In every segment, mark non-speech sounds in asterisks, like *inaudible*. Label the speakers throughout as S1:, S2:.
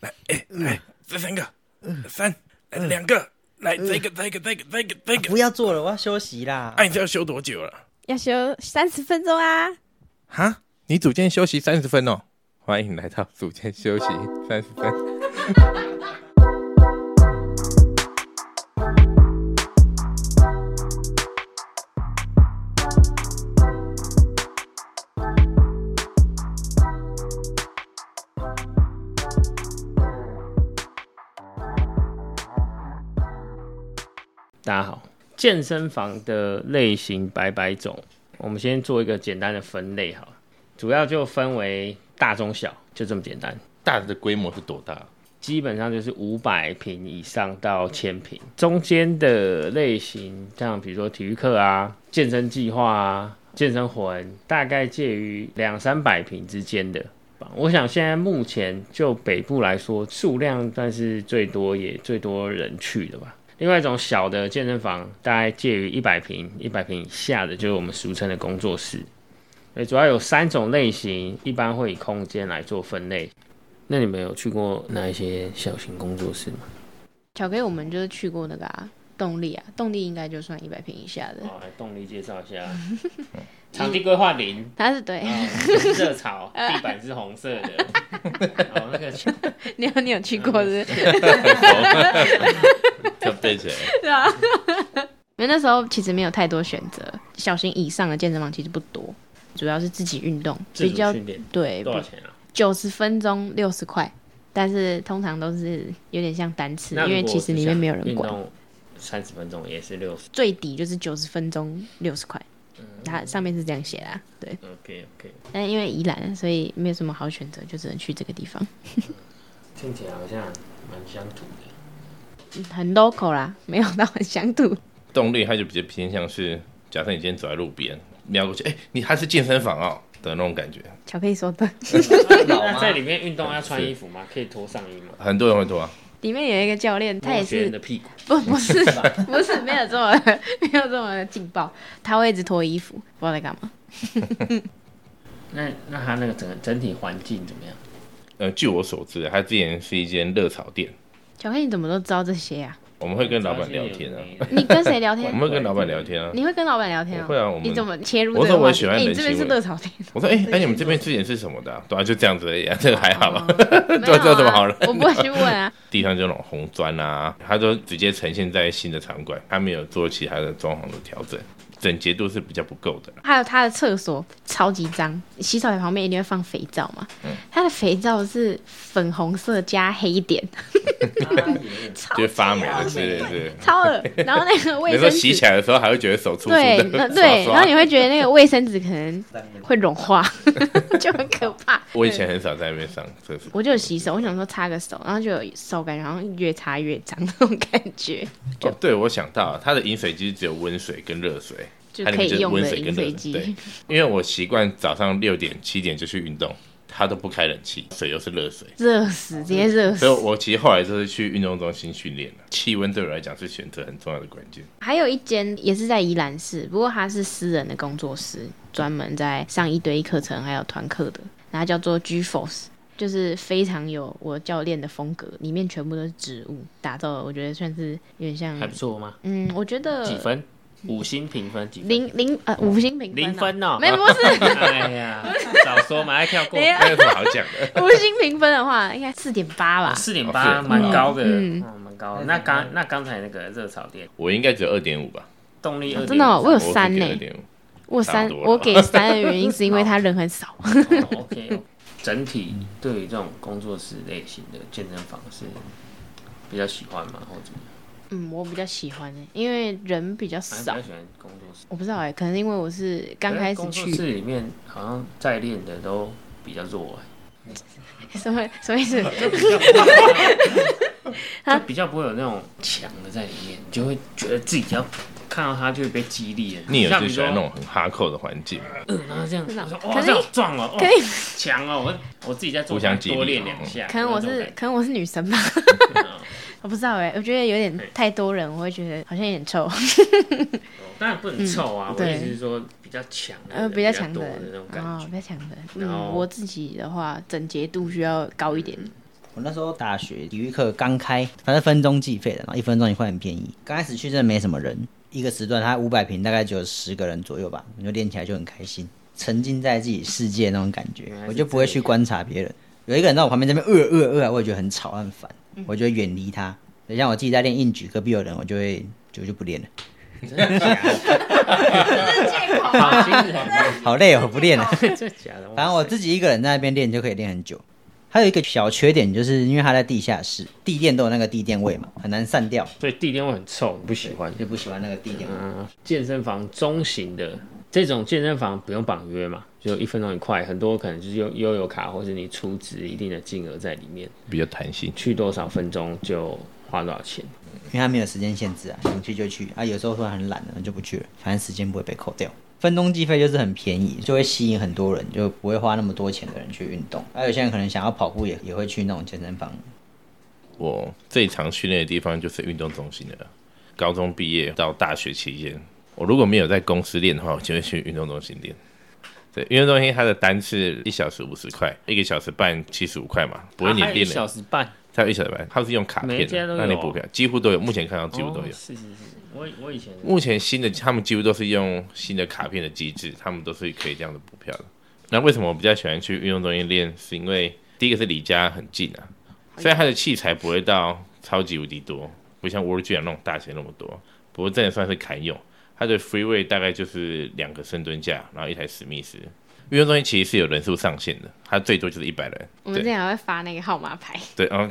S1: 来，哎，来，这三个，三，来两个，来这个，这个，这个，这个，这个
S2: 不。要做了，我要休息啦。
S1: 哎，你这要休多久了？
S3: 要休三十分钟啊！
S1: 哈，你组间休息三十分哦。欢迎来到组间休息三十分。
S4: 大家好，健身房的类型百百种，我们先做一个简单的分类好了，主要就分为大、中、小，就这么简单。
S1: 大的规模是多
S3: *laughs*
S1: 大？
S4: 基本上就是五百平以上到千平，中间的类型像比如说体育课啊、健身计划啊、健身魂，大概介于两三百平之间的。我想现在目前就北部来说，数量算是最多也最多人去的吧。另外一种小的健身房，大概介于一百平、一百平以下的，就是我们俗称的工作室。所以主要有三种类型，一般会以空间来做分类。那你们有去过哪一些小型工作室 *laughs* 吗？
S3: 巧克力，我们就是去过那个啊，动力啊，动力应该就算一百平以下的，
S4: 哦来动力介绍一 *laughs* 下，场地规划零，
S3: 它是对。
S4: 啊热 *laughs* 潮，地板是红色 *laughs* 的，然后那个
S3: *laughs* 你有你有去
S4: 嗯
S3: 过是不是？
S1: 要对起来。
S3: 对啊。 *laughs* 因为那时候其实没有太多选择，小型以上的健身房其实不多，主要是自己运动，
S4: 自
S3: 比
S4: 主
S3: 较
S4: 训练
S3: 对，
S4: 多少钱啊？
S3: 九十分钟六十块，但是通常都是有点像单次，
S4: 那
S3: 因为
S4: 如果
S3: 其实里面没有人
S4: 运
S3: 管，
S4: 动三十分钟也是六十
S3: 最底就是九十分钟六十块，
S4: 嗯
S3: 它上面是这样写啦，对。
S4: ，OK OK，
S3: 但因为宜兰，所以没有什么好选择，就只能去这个地方，
S4: 听起来好像蛮乡土 *laughs* 的。
S3: 嗯很 local 啦，没有到很乡土。
S1: 动力它就比较偏向是，假设你今天走在路边，瞄过去，哎、你还是健身房哦的那种感觉。
S3: 巧克力说的，
S4: 那在里面运动要穿衣服吗？可以脱上衣吗？
S1: 很多人会脱啊，
S3: 里面有一个教练，他也
S4: 摸学员
S3: 是
S4: 的屁股，
S3: 不不是不是没有这么没有这么劲爆，他会一直脱衣服，不知道在干嘛。
S4: 那那他那个整个整体环境怎么样？
S1: 呃，据我所知，它之前是一间热炒店，
S3: 巧克力你怎么都知道这些啊？
S1: 我们会跟老板聊天
S3: 嗯
S1: 啊，
S4: 啊
S3: 你跟谁聊天
S1: 我？们会跟老板聊天啊。
S3: 你会跟老板聊天啊、
S1: 我会啊我们
S3: 你怎么切入
S1: 我
S3: 这
S1: 说
S3: 个
S1: 我
S3: 话题？
S1: 喜欢
S3: 哎你
S1: 人
S3: 这边
S1: 情
S3: 是
S1: 味
S3: 热炒
S1: *laughs*
S3: 店，
S1: 我说，哎、哎、你们这边之前是什么的、啊？对啊，就这样子而已啊，这个还好吧？
S3: 哦 *laughs* 没有
S1: 这有什么
S3: 啊
S1: 好了
S3: 我不会去问啊。
S1: 地上就那种红砖啊，它都直接呈现在新的场馆，它没有做其他的装潢的调整，整洁度是比较不够的啦。
S3: 还有他的厕所超级脏，洗手台旁边一定会放肥皂嘛。
S1: 嗯
S3: 他的肥皂是粉红色加黑点，
S1: 就发霉了之类的。
S3: 超
S1: *laughs*
S3: 恶。然后那个
S1: 有
S3: 卫
S1: 时候
S3: 生
S1: 洗
S3: 纸
S1: 起，来的时候还会觉得手粗粗
S3: 对
S1: *laughs* 的，
S3: 那
S1: 刷
S3: 对，
S1: 刷
S3: 然后你会觉得那个卫生纸可能会融化， *laughs* 就很可怕。
S1: 我以前很少在那边上厕所，
S3: 我就有洗手，我想说擦个手，然后就有手感觉好像越擦越脏 *laughs* 那种感
S1: *laughs*
S3: 觉，
S1: 哦，对，我想到了它的饮水机只有温水跟热水，
S3: 就
S1: 它里
S3: 可
S1: 面
S3: 以
S1: 就是
S3: 用
S1: 温
S3: 的
S1: 水
S3: 饮
S1: 跟热
S3: 水
S1: 水。对
S3: 机。，
S1: 因为我习惯早上六点七点就去运动，它都不开冷气，水又是热水，
S3: *laughs* 热死，直接热
S1: 嗯所
S3: 死
S1: 以。我其实后来就是去运动中心训练了。气温对我来讲是选择很重要的关键。
S3: 还有一间也是在宜兰市，不过它是私人的工作室，专门在上一对一课程还有团课的，然后叫做 G Force，就是非常有我教练的风格，里面全部都是植物打造的，我觉得算是有点像
S4: 还，不错吗？
S3: 嗯，我觉得
S4: 几分？五星评分几分？
S3: 零零呃五星评分、
S4: 零
S3: *laughs*
S4: 分哦
S3: 没不是
S4: 哎
S3: *laughs*
S4: 呀，早说嘛，还跳过
S3: 没有
S1: 那有什么好讲
S3: *laughs*
S1: 的？
S3: 五星评分的话，应该四点八吧，
S4: 四点
S1: 哦
S4: 八，
S1: 是
S4: 蛮高的，
S3: 嗯
S4: 嗯，蛮高的。那刚那刚才那个热炒店
S1: 我应该只有二点五吧，
S4: 动力二
S3: 真的哦、我有 *laughs*
S1: 我是
S3: 三
S1: 给
S3: 呢、
S1: 二点五。
S3: 我
S1: 差
S3: 三
S1: 不多了
S3: 我给三的原因是因为他人很少，
S4: 哦 o k 整体对于这种工作室类型的健身房是比较喜欢吗，或者怎么样
S3: *laughs* 嗯，我比较喜欢、欸，因为人比较
S4: 还
S3: 少
S4: 比较。喜欢工作室？哎
S3: 我不知道哎、可能因为我是刚开始
S4: 工作
S3: 去，
S4: 室里面好像在练的都比较弱、
S3: *laughs* 什么什么
S4: *laughs*
S3: 意思？
S4: 哎，就比较不会有那种强的在里面，你就会觉得自己要看到他就会被激励了。
S1: 你有
S4: 像
S1: 就
S4: 比如
S1: 喜
S4: 说
S1: 欢那种很哈扣的环境，
S4: 嗯，然后这样，
S3: 真的啊
S4: 我说
S3: 可
S4: 哇，
S3: 是
S4: 这样撞了，哇
S3: 可以，
S4: 强哦，我我自己在做
S1: 互相激励
S4: 多练两下，
S3: *laughs* 可能我是可能我是女生吧，
S4: *laughs* 那种感觉，
S3: 我不知道哎、我觉得有点太多人，我会觉得好像有点臭。
S4: 嗯当然不能臭啊，我
S3: 对
S4: 的意思是说比较强的人，
S3: 呃，比较
S4: 较
S3: 强
S4: 多
S3: 的
S4: 的
S3: 人
S4: 那种感
S3: 哦，
S4: 觉。
S3: 比较强的
S4: 然
S3: 人。
S4: 后
S3: 嗯，我自己的话，整洁度需要高一点。
S2: 我那时候大学体育课刚开，反正分钟计费的，然后一分钟也会很便宜。刚开始去真的没什么人，一个时段它五百平，大概只有十个人左右吧，我就练起来就很开心，沉浸在自己世界那种感觉
S4: 原来，是
S2: 我就不会去观察别人。有一个人在我旁边这边呃呃呃，我也觉得很吵很烦，
S4: 嗯
S2: 我就会远离他。等像我自己在练硬举，隔壁有人，我就会就就不练了，
S3: 这是借口
S4: 好
S3: 啊！
S4: 心人， *laughs*
S2: 好累哦，不练了。
S4: 这假的，
S2: 反正我自己一个人在那边练就可以练很久。还有一个小缺点，就是因为它在地下室，地垫都有那个地垫味嘛，很难散掉，
S4: 所以地垫会很臭，你不喜欢。
S2: 就不喜欢那个地垫味。
S4: 嗯，健身房中型的这种健身房不用绑约嘛，就一分钟一块，很多可能就是用悠游卡或是你出值一定的金额在里面，
S1: 比较弹性。
S4: 去多少分钟就花多少钱。
S2: 因为它没有时间限制啊，想去就去啊。有时候突然很懒了，就不去了，反正时间不会被扣掉。分钟计费就是很便宜，就会吸引很多人，就不会花那么多钱的人去运动。还、有些人可能想要跑步也，也会去那种健身房。
S1: 我最常训练的地方就是运动中心了。高中毕业到大学期间，我如果没有在公司练的话，我就会去运动中心练。对，运动中心它的单是一小时五十块，一个小时半七十五块嘛，不会你
S4: 啊还有一
S1: 练
S4: 小
S1: 了，
S4: 时半，
S1: 它有一小时半，它是用卡
S4: 每一
S1: 片
S4: 家
S1: 的
S4: 都有
S1: 让你补票，几乎都有，目前看到几乎都有
S4: 哦。是是是，我我以前
S1: 目前新的他们几乎都是用新的卡片的机制，他们都是可以这样子补票的。那为什么我比较喜欢去运动中心练？是因为第一个是离家很近啊，虽然它的器材不会到超级无敌多，不像 World Gym 那种大型那么多，不过这也算是堪用。它的 freeway 大概就是两个深蹲架，然后一台史密斯。运动中心其实是有人数上限的，它最多就是一百人。
S3: 我们之前还会发那个号码牌，
S1: 对，嗯，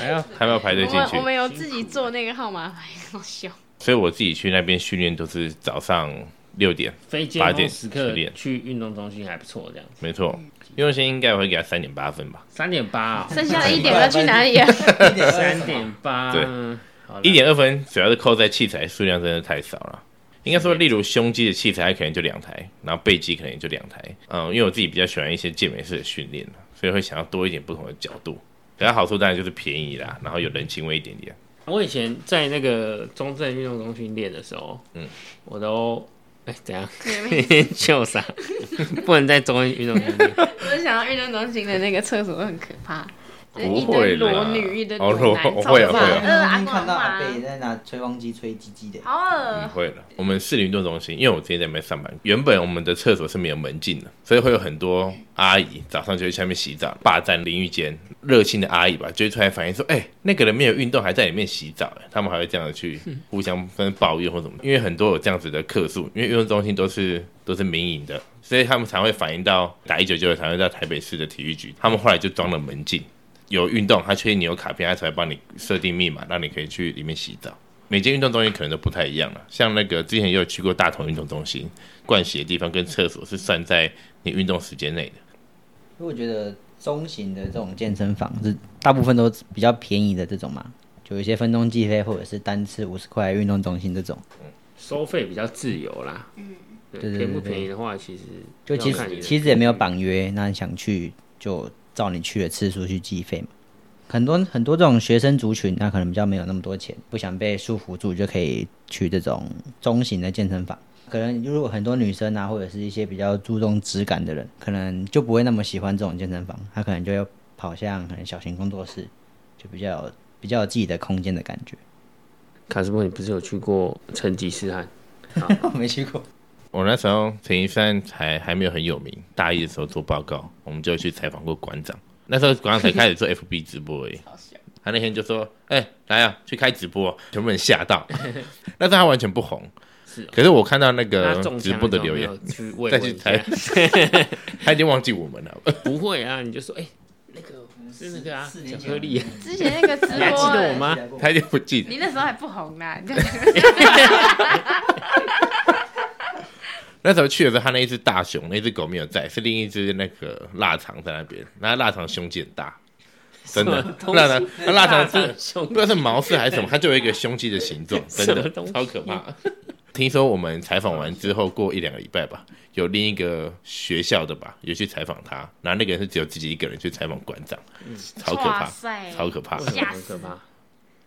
S4: 还要
S1: *laughs* 还没有排队
S3: 我
S1: 进
S3: 们
S1: 去
S3: 我。们有自己做那个号码牌，好笑。
S1: 所以我自己去那边训练都是早上六点，
S4: 非尖
S1: 八
S4: 峰
S1: 点
S4: 时刻
S1: 训练
S4: 去运动中心还不错，这样
S1: 没错。运动中心应该我会给他三点八分吧。
S4: 三点八，哦
S3: *laughs* 剩下的一点要去哪里啊？
S4: 三点八，
S1: 对
S4: 好啦，
S1: 一点二分主要是扣在器材数量真的太少了。应该说，例如胸肌的器材可能就两台，然后背肌可能也就两台。嗯，因为我自己比较喜欢一些健美式的训练所以会想要多一点不同的角度。可它好处当然就是便宜啦，然后有人情味一点点。
S4: 我以前在那个中正运动中心练的时候，嗯，我都哎、怎样？ *laughs* 笑啥？不能在中正运动中心练。
S3: 我就想到运动中心的那个厕所都很可怕，就是一
S1: 不会
S3: 堆
S1: 啦
S3: 裸女，一堆
S1: 哦
S3: 裸
S1: 裸
S3: 男，超
S1: 会啊
S3: 可怕
S1: 会
S3: 的。
S1: 啊
S3: 呃，阿
S2: 嗯
S3: 公
S2: 看到阿
S3: 阿
S2: 贝
S3: 嬷
S2: 在拿吹风机吹鸡鸡的，
S3: 好恶。
S1: 会了，我们市里运动中心，因为我之前在那边上班，原本我们的厕所是没有门禁的，所以会有很多阿姨早上就去下面洗澡，霸占淋浴间。热心的阿姨吧，就会突然反映说：“哎、那个人没有运动，还在里面洗澡。”他们还会这样去互相跟抱怨或什么的，因为很多有这样子的客诉，因为运动中心都是都是民营的，所以他们才会反映到打一九九，才会到台北市的体育局，他们后来就装了门禁。有运动，他确定你有卡片，他才会帮你设定密码，让你可以去里面洗澡。每间运动中心可能都不太一样了。像那个之前也有去过大同运动中心，盥洗的地方跟厕所是算在你运动时间内的。
S2: 因为我觉得中型的这种健身房是大部分都比较便宜的这种嘛，就有一些分钟计费或者是单次五十块运动中心这种，
S4: *laughs* 收费比较自由啦。嗯，对，
S2: 对对
S4: 便不
S2: 对
S4: 便宜的话，其实
S2: 就其
S4: 要看你
S2: 实
S4: 的
S2: 其实也没有绑约，那你想去就照你去的次数去计费嘛。很多很多这种学生族群，那可能比较没有那么多钱，不想被束缚住，就可以去这种中型的健身房。可能如果很多女生啊，或者是一些比较注重质感的人，可能就不会那么喜欢这种健身房，他可能就要跑向可能小型工作室，就比较有比较有自己的空间的感觉。
S4: 卡斯波，你不是有去过成吉思汗？
S2: 我哦没去过，
S1: 我那时候陈一山才还没有很有名，大一的时候做报告，我们就去采访过馆长。那时候馆长才开始做 FB 直播而已。他那天就说：“哎、来啊，去开直播。”全部人吓到。
S4: *laughs*
S1: 那时候他完全不红，
S4: 是哦
S1: 可是我看到那个
S4: 那中
S1: 直播的留言，
S4: 奖有没有去慰
S1: 再
S4: 问
S1: 去 *laughs*
S4: 一下
S1: 采，，他已经忘记我们
S4: *laughs*
S1: 了。
S4: 不会啊，你就说哎、那个是那个啊，
S2: 四
S4: 巧
S2: 年前
S4: 克力啊，
S3: 之前那个直
S4: 你还记得我
S3: 播，啊
S4: 吗？
S1: 他已经不记得。
S3: *laughs* 你那时候还不红啊 *laughs* 呢，你这样
S1: 那时候去的时候，他那一只大熊，那只狗没有在，是另一只那个腊肠在那边。那腊肠胸肌很大，
S4: *laughs*
S1: 真的
S4: 什么。东西啊
S1: 腊肠， *laughs* 那腊肠
S4: *laughs* 大
S1: 是
S4: 肠胸
S1: 不知道是毛刺还是什么，它就有一个胸肌的
S4: *laughs*
S1: 形状，真
S4: 什么
S1: 的
S4: 东西
S1: 超可怕。听说我们采访完之后，过一两个礼拜吧，有另一个学校的吧，有去采访他，然后那
S4: 嗯
S1: 个人是只有自己一个人去采访馆长，超可
S3: 哇
S1: 怕，
S3: 塞
S1: 超可怕
S4: 为。什么
S3: 吓
S4: 很可
S3: 死
S4: 怕？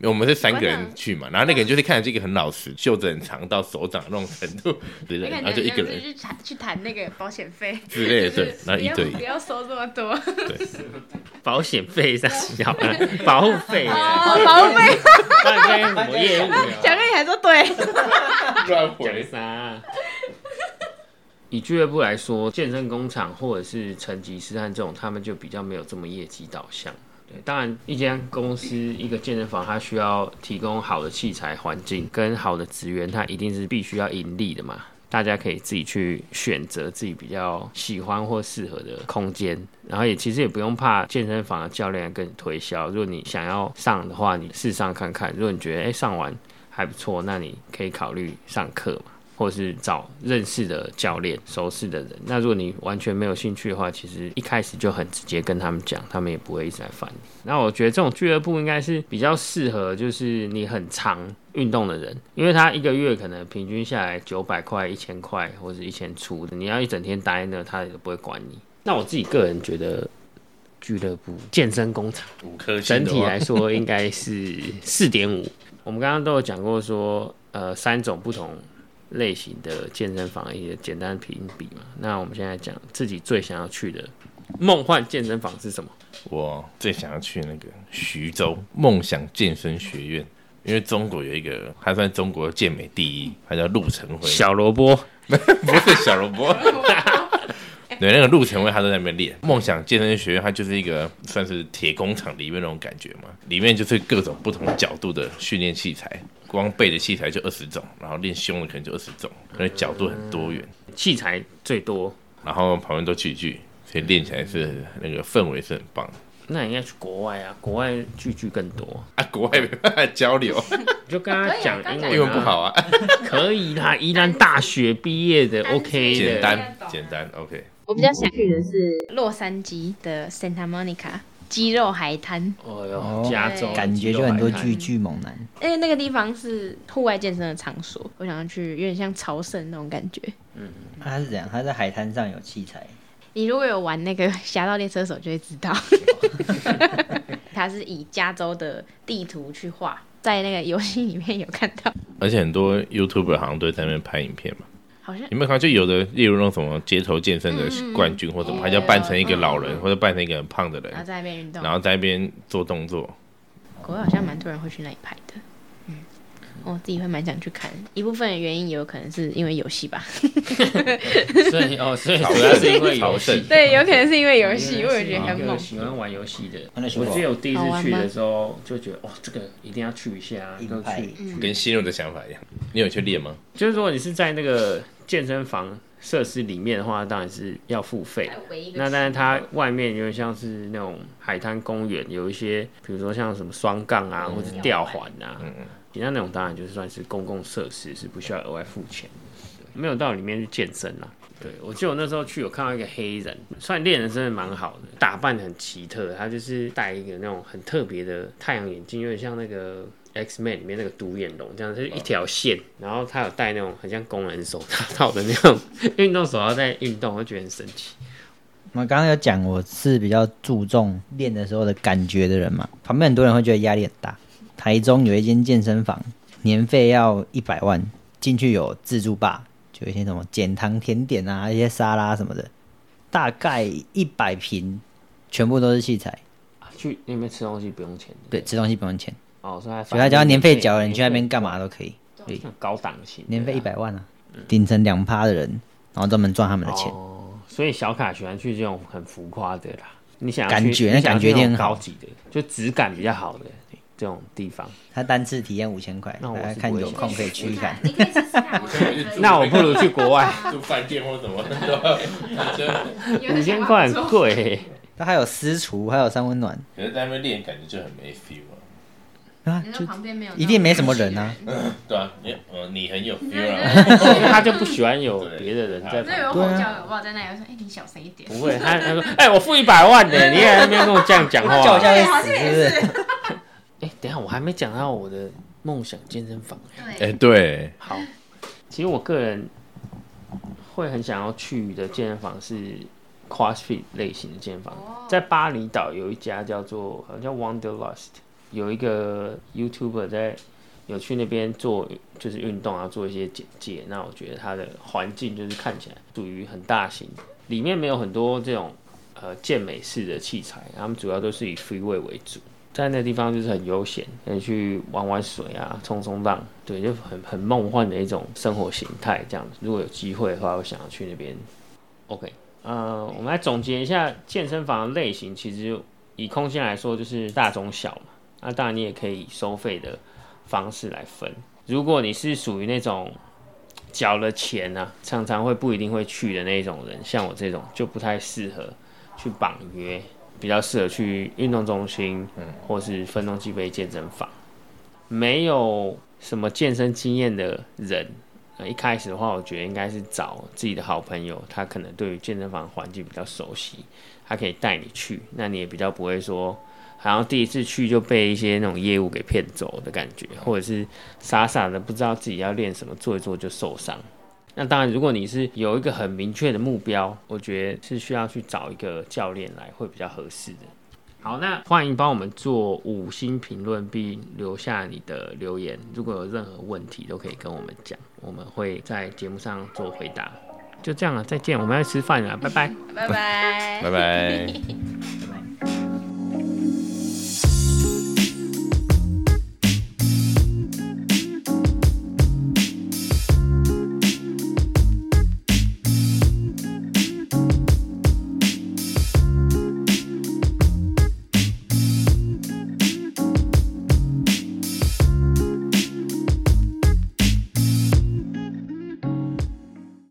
S1: 我们是三个人去嘛，然后那个人就是看着这个很老实，袖子很长到手掌那种程度的人，然后就一个人
S3: 去谈去谈那个保险费
S1: 之类的，
S3: *laughs*
S1: 对，然后一对一，
S3: 要收这么
S1: *laughs*
S3: 多，
S4: 保险费上
S3: *laughs*
S4: 要啊保护费啊，
S3: 哦保
S4: *laughs*
S3: 费。
S4: 那跟什么业务啊？
S3: 蒋瑞还说对，
S1: 乱
S4: 讲。啥啊？以俱乐部来说，健身工厂或者是成吉思汗这种，他们就比较没有这么业绩导向。对，当然，一间公司一个健身房，它需要提供好的器材、环境跟好的职员，它一定是必须要盈利的嘛。大家可以自己去选择自己比较喜欢或适合的空间，然后也其实也不用怕健身房的教练跟你推销。如果你想要上的话，你试上看看。如果你觉得哎、诶上完还不错，那你可以考虑上课嘛，或者是找认识的教练、熟识的人。那如果你完全没有兴趣的话，其实一开始就很直接跟他们讲，他们也不会一直来烦你。那我觉得这种俱乐部应该是比较适合，就是你很常运动的人，因为他一个月可能平均下来九百块、一千块或者一千出的，你要一整天待那，他也不会管你。那我自己个人觉得。俱乐部、健身工厂，
S1: 五颗
S4: 整
S1: 星的
S4: 体
S1: 话
S4: 来说应该
S1: *laughs*
S4: 是四点五，我们刚刚都有讲过说，呃，三种不同类型的健身房一些简单评比嘛。那我们现在讲自己最想要去的梦幻健身房是什么？
S1: 我最想要去那个徐州梦想健身学院，因为中国有一个，他算中国健美第一，他叫陆晨辉，
S4: 小萝卜，
S1: *laughs* 不是小萝卜。对，那个陆晨辉他都在那边练。梦想健身学院，它就是一个算是铁工厂里面那种感觉嘛，里面就是各种不同角度的训练器材，光背的器材就二十种，然后练胸的可能就二十种，可能角度很多元，
S4: 器材最多，
S1: 然后旁边都聚一聚，所以练起来是那个氛围是很棒
S4: 那你应该去国外啊，国外聚聚更多。
S1: 啊。国外没办法交 *laughs* 流，
S4: 你就跟他讲
S3: 可以
S4: 英文、
S3: 啊刚
S4: 啊，
S1: 英文不，好啊。
S4: 可以啦，宜兰大学毕业的
S3: 单字
S4: ，OK
S1: 简
S4: 的，
S1: 单简单，OK。
S3: *laughs* 我比较想去的是洛杉矶的 Santa Monica 鸡肉海滩，
S4: 哦
S2: 哦
S4: 哟，加州
S2: 感觉就很多
S4: 聚
S2: 巨巨猛男。
S3: 因为那个地方是户外健身的场所，我想去有点像朝圣那种感觉。
S2: 啊他是怎样？他在海滩上有器材，
S3: 你如果有玩那个《侠盗猎车手》，就会知道，它是以加州的地图去画，在那个游戏里面有看到，
S1: 而且很多 YouTuber 好像都在那边拍影片嘛。
S3: 好像
S1: 你们看，就有的，例如那种什么街头健身的冠军或什么，他就要扮成一个老人，或者扮成一个很胖的
S3: 然后
S1: 人，
S3: 在那边运动
S1: 然。后在那边做动作。
S3: 国外好像蛮多人会去那里拍的，嗯，我自己会蛮想去看，一部分的原因也有可能是因为游戏吧，
S4: 所以哦，所以主要是因为游
S1: 朝
S4: 戏
S1: 圣。
S3: 对，有可能是因为游
S4: 因
S3: 戏，
S4: 为
S3: 我
S4: 是
S3: 也觉得很
S4: 一个
S3: 猛。
S4: 喜欢玩游戏的，
S2: 那喜
S4: 我
S2: 欢
S4: 记得我第一次
S3: 好玩
S4: 去
S3: 吗
S4: 的时候就觉得，哇，这个一定要去一下，
S2: 硬
S4: 就
S2: 派
S4: 去。
S1: 跟新入的想法一样，你有去练吗？
S4: 就是如果你是在那个健身房设施里面的话，当然是要付费。
S3: 哎
S4: 那但是它外面有点像是那种海滩公园，有一些比如说像什么双杠啊，或者吊环啊，那那种当然就是算是公共设施，是不需要额外付钱的，没有到里面去健身啦。对，我记得我那时候去有看到一个黑人，算练的真的蛮好的，打扮得很奇特，他就是戴一个那种很特别的太阳眼镜，有点像那个 X Man 里面那个独眼龙这样，就是一条线，然后他有戴那种很像工人手套的那种 *laughs* 运动手套在运动，我觉得很神奇。
S2: 我们刚刚有讲，我是比较注重练的时候的感觉的人嘛。旁边很多人会觉得压力很大。台中有一间健身房，年费要一百万，进去有自助吧，就有一些什么减糖甜点啊，一些沙拉什么的，大概一百平，全部都是器材。
S4: 去那边吃东西不用钱的，
S2: 对，吃东西不用钱，
S4: 哦，所以他
S2: 所以他只要年费缴了，你去那边干嘛都可以。
S4: 对，像高档型的啊
S2: 年费一百万啊，顶层两趴的人，然后专门赚他们的钱。
S4: 哦，所以小卡喜欢去这种很浮夸的啦。你想要
S2: 感
S4: 去
S2: 觉
S4: 你
S2: 那
S4: 想要
S2: 感觉
S4: 去
S2: 一定
S4: 种
S2: 很好
S4: 高级的，就质感比较好的这种地方。
S2: 他单次体验五千块，
S4: 那我
S2: 大家
S4: 是
S2: 看
S4: 不会
S2: 有
S4: 去
S2: 空可以去一看。 *laughs*
S3: 你可以试试看，
S4: 那我不如去国外，
S1: 住饭店或什么？
S4: 五千块很贵欸、
S2: 它还有私厨，还有三温暖
S1: 可是在那边练，感觉就很没 feel 啊。
S2: 啊，就
S3: 旁边没有
S2: 一定没什么人啊。
S1: 对啊，你呃你很有 feel 啊。
S4: 因为他就不喜欢有别的人在旁
S1: 对
S3: 那
S4: 边。
S3: 有吼叫有哇，在那里说，哎，你小声一点。
S4: 不会，他他说，哎、我付一百万呢、你也在那边跟我这样讲话、
S2: 叫一下
S4: 哎、
S2: 会死是不是？
S4: 等一下我还没讲到我的梦想健身房。
S1: *laughs* 哎，对，
S4: 好，其实我个人会很想要去的健身房是 CrossFit 类型的健身房，在巴厘岛有一家叫做好像叫 Wanderlust，有一个 YouTuber 在有去那边做就是运动啊，做一些简介。那我觉得它的环境就是看起来属于很大型，里面没有很多这种呃健美式的器材，他们主要都是以 freeway 为主。在那地方就是很悠闲，可以去玩玩水啊，冲冲浪，对，就很很梦幻的一种生活形态这样子。如果有机会的话，我想要去那边。OK，呃，我们来总结一下健身房的类型，其实以空间来说就是大中小嘛。那当然你也可以以收费的方式来分。如果你是属于那种缴了钱啊，常常会不一定会去的那种人，像我这种就不太适合去绑约，比较适合去运动中心，或是分动计杯健身房。没有什么健身经验的人，呃，一开始的话，我觉得应该是找自己的好朋友，他可能对于健身房环境比较熟悉，他可以带你去，那你也比较不会说，好像第一次去就被一些那种业务给骗走的感觉，或者是傻傻的不知道自己要练什么，做一做就受伤。那当然，如果你是有一个很明确的目标，我觉得是需要去找一个教练来会比较合适的。好，那欢迎帮我们做五星评论，并留下你的留言。如果有任何问题，都可以跟我们讲，我们会在节目上做回答。就这样了，再见，我们要吃饭了，拜拜。
S3: 拜拜
S1: 拜。拜。